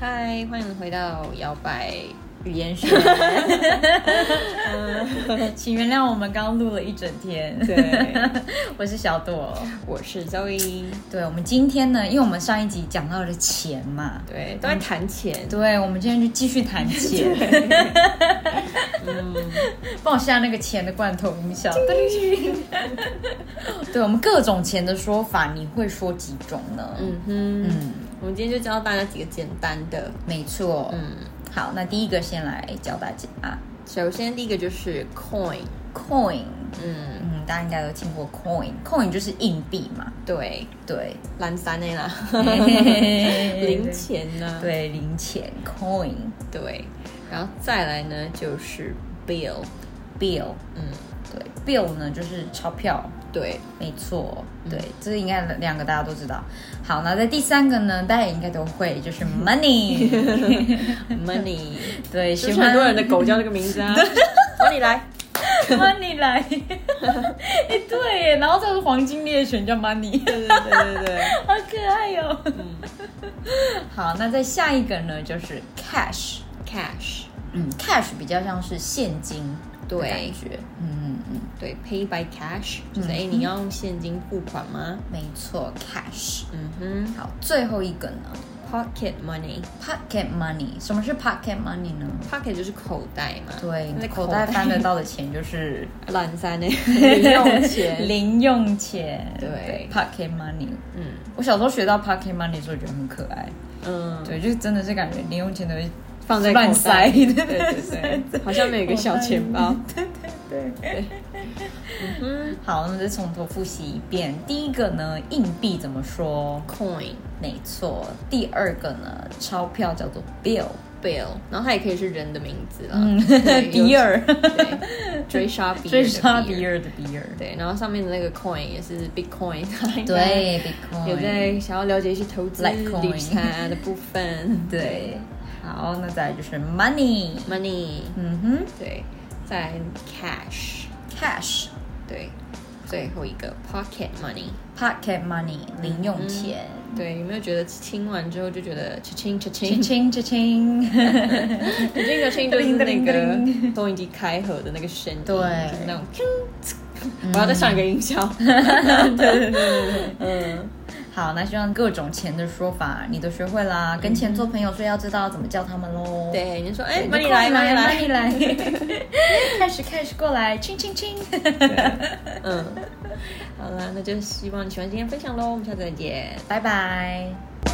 嗨，欢迎回到摇摆语言学，啊 请原谅我们刚刚录了一整天。 对，我是小朵。我是 Zoe。对，我们今天呢，因为我们上一集讲到了钱嘛，对，都在谈钱。对，我们今天就继续谈 钱。嗯帮我下那个钱的罐头 音效。对，我们各种钱的说法，你会说几种呢？嗯哼，我们今天就教大家几个简单的。没错。嗯，好，那第一个先来教大家首先第一个就是 coin。 coin。嗯，嗯，大家应该都听过 coin，coin 就是硬币嘛。对，对，蓝三 A 啦，零零钱呢？ 对零钱 coin 对，然后再来呢就是 bill。 bill，嗯，对 bill 呢就是钞票， 对，没错，嗯对，这应该两个大家都知道。好，那在第三个呢，大家也应该都会，就是 money， money，对，就喜是欢很多人的狗叫这个名字 啊。money 来， money 来， 哎对耶，然后这个黄金猎犬叫 money， 对对对对对，好可爱哟、嗯好，那在下一个呢，就是 cash， cash，嗯，cash 比较像是现金的对感觉，嗯嗯嗯。对，pay by cash，就是哎、诶你要用现金付款吗？没错，cash。嗯哼好，最后一个呢，pocket money，pocket ，pocket money。什么是 pocket money 呢？就是口袋嘛，对，你那的口袋翻得到的钱就是 懒散呢， 零用钱，零用钱。对，pocket money。嗯我小时候学到 pocket money 的时候，觉得很可爱。嗯，对，就是真的是感觉零用钱都会放在口袋乱塞，对对对对对， 好像没有一个小钱包，对。嗯好，那我们再从头复习一遍。第一个呢，硬币怎么说？ ，coin。没错。第二个呢，钞票叫做 bill。 Bill，然后它也可以是人的名字啦，嗯对，比，尔，有对追杀比尔，追杀比，尔的比尔。对，然后上面的那个 coin 也是 Bitcoin，它应该 对，Bitcoin 有在想要了解一些投资 Litecoin 理财的部分，对。好，那再来就是 money， ，money，嗯哼对，再来 cash， ，cash、对，最后一个 pocket money， pocket money 零用钱，对，有没有觉得听完之后就觉得 cha ching cha ching 轻轻轻轻， cha ching cha ching 就是那叮叮叮个收音机开合的那个声音，对就是那种 ting，我要再上一个音 效，嗯，好，那希望各种钱的说法你都学会啦，跟钱做朋友，所以要知道怎么叫他们喽。对，你就说哎对， money 来 money ，money 来， 来，cash cash 过来，亲亲亲。嗯，好啦，那就希望你喜欢今天分享喽，我们下次再见。拜拜。